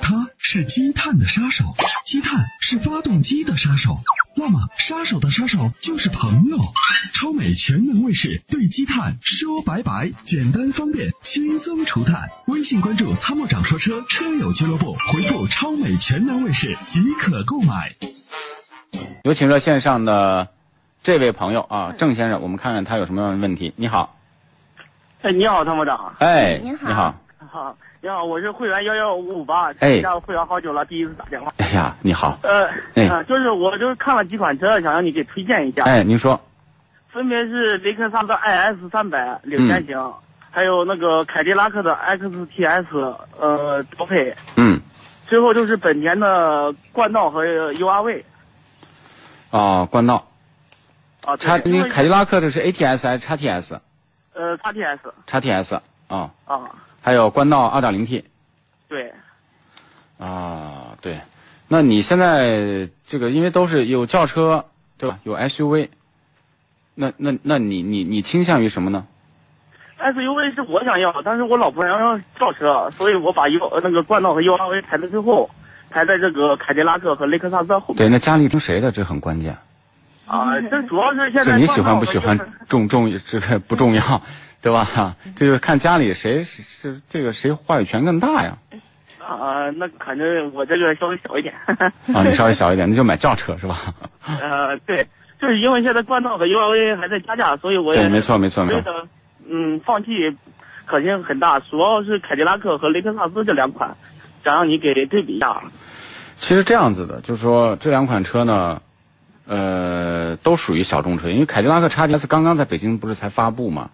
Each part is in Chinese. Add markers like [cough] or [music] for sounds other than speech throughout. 它是积碳的杀手，积碳是发动机的杀手。那么，杀手的杀手就是朋友。超美全能卫士对积碳说拜拜，简单方便，轻松除碳。微信关注“参谋长说车”车友俱乐部，回复“超美全能卫士”即可购买。”。有请热线上的这位朋友啊，郑先生，我们看看他有什么样的问题。你好，哎，你好，参谋长。 [laughs] 哎，您好你好，好，你好，我是会员幺幺五五八，哎加入会员好久了，第一次打电话。哎呀，你好，呃，哎呃就是我就是看了几款车，想让你给推荐一下，哎，您说，分别是雷克萨斯 IS 三百嗯领先型，还有那个凯迪拉克的 XTS 呃标配，嗯，最后就是本田的冠道和 URV 哦，冠道，啊，对叉，因那为凯迪拉克的是 ATS 还是 XTS？呃 XTS 叉 TS 啊、啊，还有冠道 2.0T 对，啊，对。那你现在这个，因为都是有轿车，对吧？有 SUV，那那那你你你倾向于什么呢？ SUV 是我想要，但是我老婆想要轿车，啊所以我把 U 呃那个冠道和 URV 排在最后，排在这个凯迪拉克和雷克萨斯后面对，那家里听谁的这很关键，啊。这主要是现是在你喜欢不喜冠道欢重重这个不重要， [laughs] 对吧？这就是看家里谁是是这个谁话语权更大呀。和啊？那反正我这个稍微小一点。 [laughs] 啊，你稍微小一点，那就买轿车是吧？呃，对，就是因为现在冠道和 URV 还在加价，所以我也对，没错没错没觉错。得嗯放弃可能性很大，主要是凯迪拉克和雷克萨斯这两款，想让你给对比一下。啊其实这样子的，就是说这两款车呢，呃，都属于小众车，因为凯迪拉克 XDS 刚刚在北京不是才发布嘛，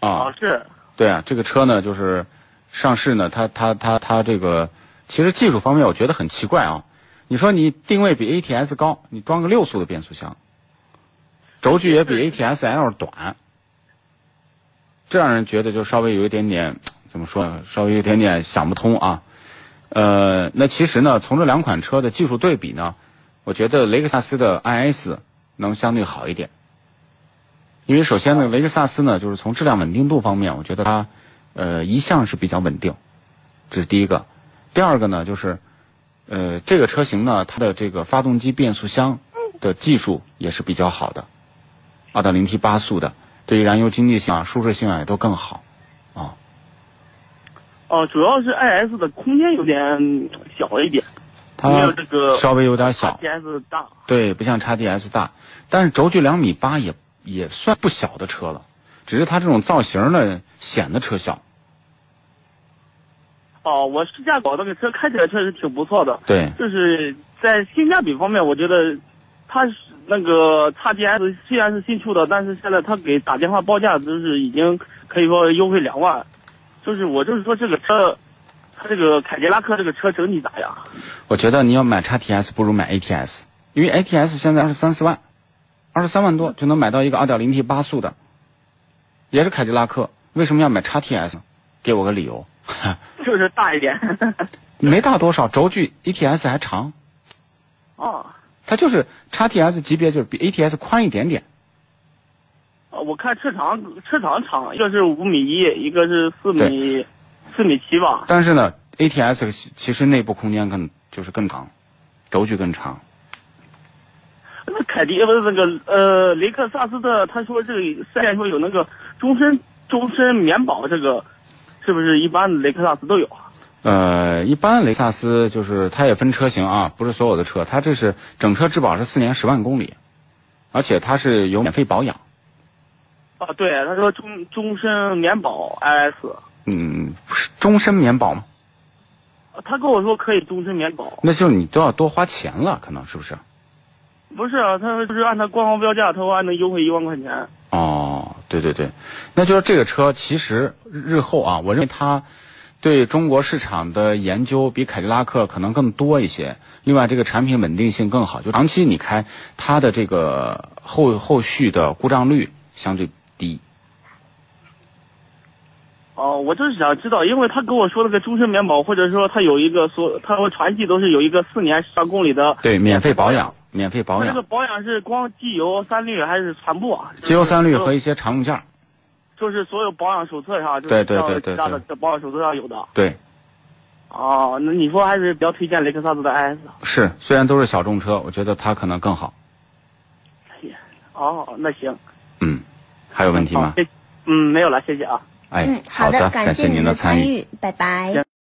啊啊，，是对啊，这个车呢就是上市呢，它它它它这个其实技术方面我觉得很奇怪啊，你说你定位比 ATS 高，你装个六速的变速箱，轴距也比 ATS L 短，这让人觉得就稍微有一点点怎么说呢，稍微有一点点想不通啊。呃，那其实呢，从这两款车的技术对比呢，我觉得雷克萨斯的 IS 能相对好一点，因为首先呢，雷克萨斯呢，就是从质量稳定度方面，我觉得它呃一向是比较稳定，这是第一个。第二个呢，就是呃这个车型呢，它的这个发动机变速箱的技术也是比较好的，2 0 T 八速的，对于燃油经济性啊、舒适性啊也都更好。哦、主要是 IS 的空间有点小一点。它没有这个稍微有点小， PS 大，对，不像 XDS 大，但是轴距两米八也也算不小的车了，只是它这种造型呢显得车小。哦，我试驾过，那个车开起来确实挺不错的，对，就是在性价比方面，我觉得它是那个 XGS 虽然是新出的，但是现在它给打电话报价就是已经可以说优惠两万，就是我就是说这个车，它这个凯迪拉克这个车整体咋样？我觉得你要买 XTS 不如买 ATS，因为 ATS 现在二十三四万，二十三万多就能买到一个 2.0T 八速的，也是凯迪拉克，为什么要买 XTS？给我个理由。 [laughs] 就是大一点，没大多少，轴距 ATS 还长， [laughs] 哦。它就是 XTS 级别就是比 ATS 宽一点点。呃我看车长车长长，一个是五米一，一个是四米四米七吧。但是呢，ATS 其其实内部空间更就是更长，轴距更长。那凯迪不是那个呃雷克萨斯的，他说这个虽然说有那个终身终身免保，这个是不是一般的雷克萨斯都有？呃，一般雷克萨斯就是它也分车型啊，不是所有的车，它这是整车质保是四年十万公里，而且它是有免费保养。啊，对，他说终终身免保 IS，嗯，不是终身免保吗？他跟我说可以终身免保，那就是你都要多花钱了，可能是不是？不是啊，他说就是按他官方标价，他说按那优惠一万块钱。哦，对对对，那就是这个车其实日后啊，我认为它对中国市场的研究比凯迪拉克可能更多一些。另外，这个产品稳定性更好，就长期你开它的这个后后续的故障率相对低。哦，我就是想知道，因为他跟我说了个终身免保，或者说他有一个所，他说传系都是有一个四年十万公里的对，免费保养，免费保那这个养，保养是光机油、三滤还是全部啊？就是机油三滤和一些常用件儿。就是所有保养手册上，就是对对像对对其他的对这保养手册上有的。对，哦，那你说还是比较推荐雷克萨斯的 IS。啊是，虽然都是小众车，我觉得它可能更好。哦，那行。嗯，还有问题吗好？谢嗯，没有了，谢谢啊。哎嗯，，好的，感感谢谢您您的参参与。与，拜拜。行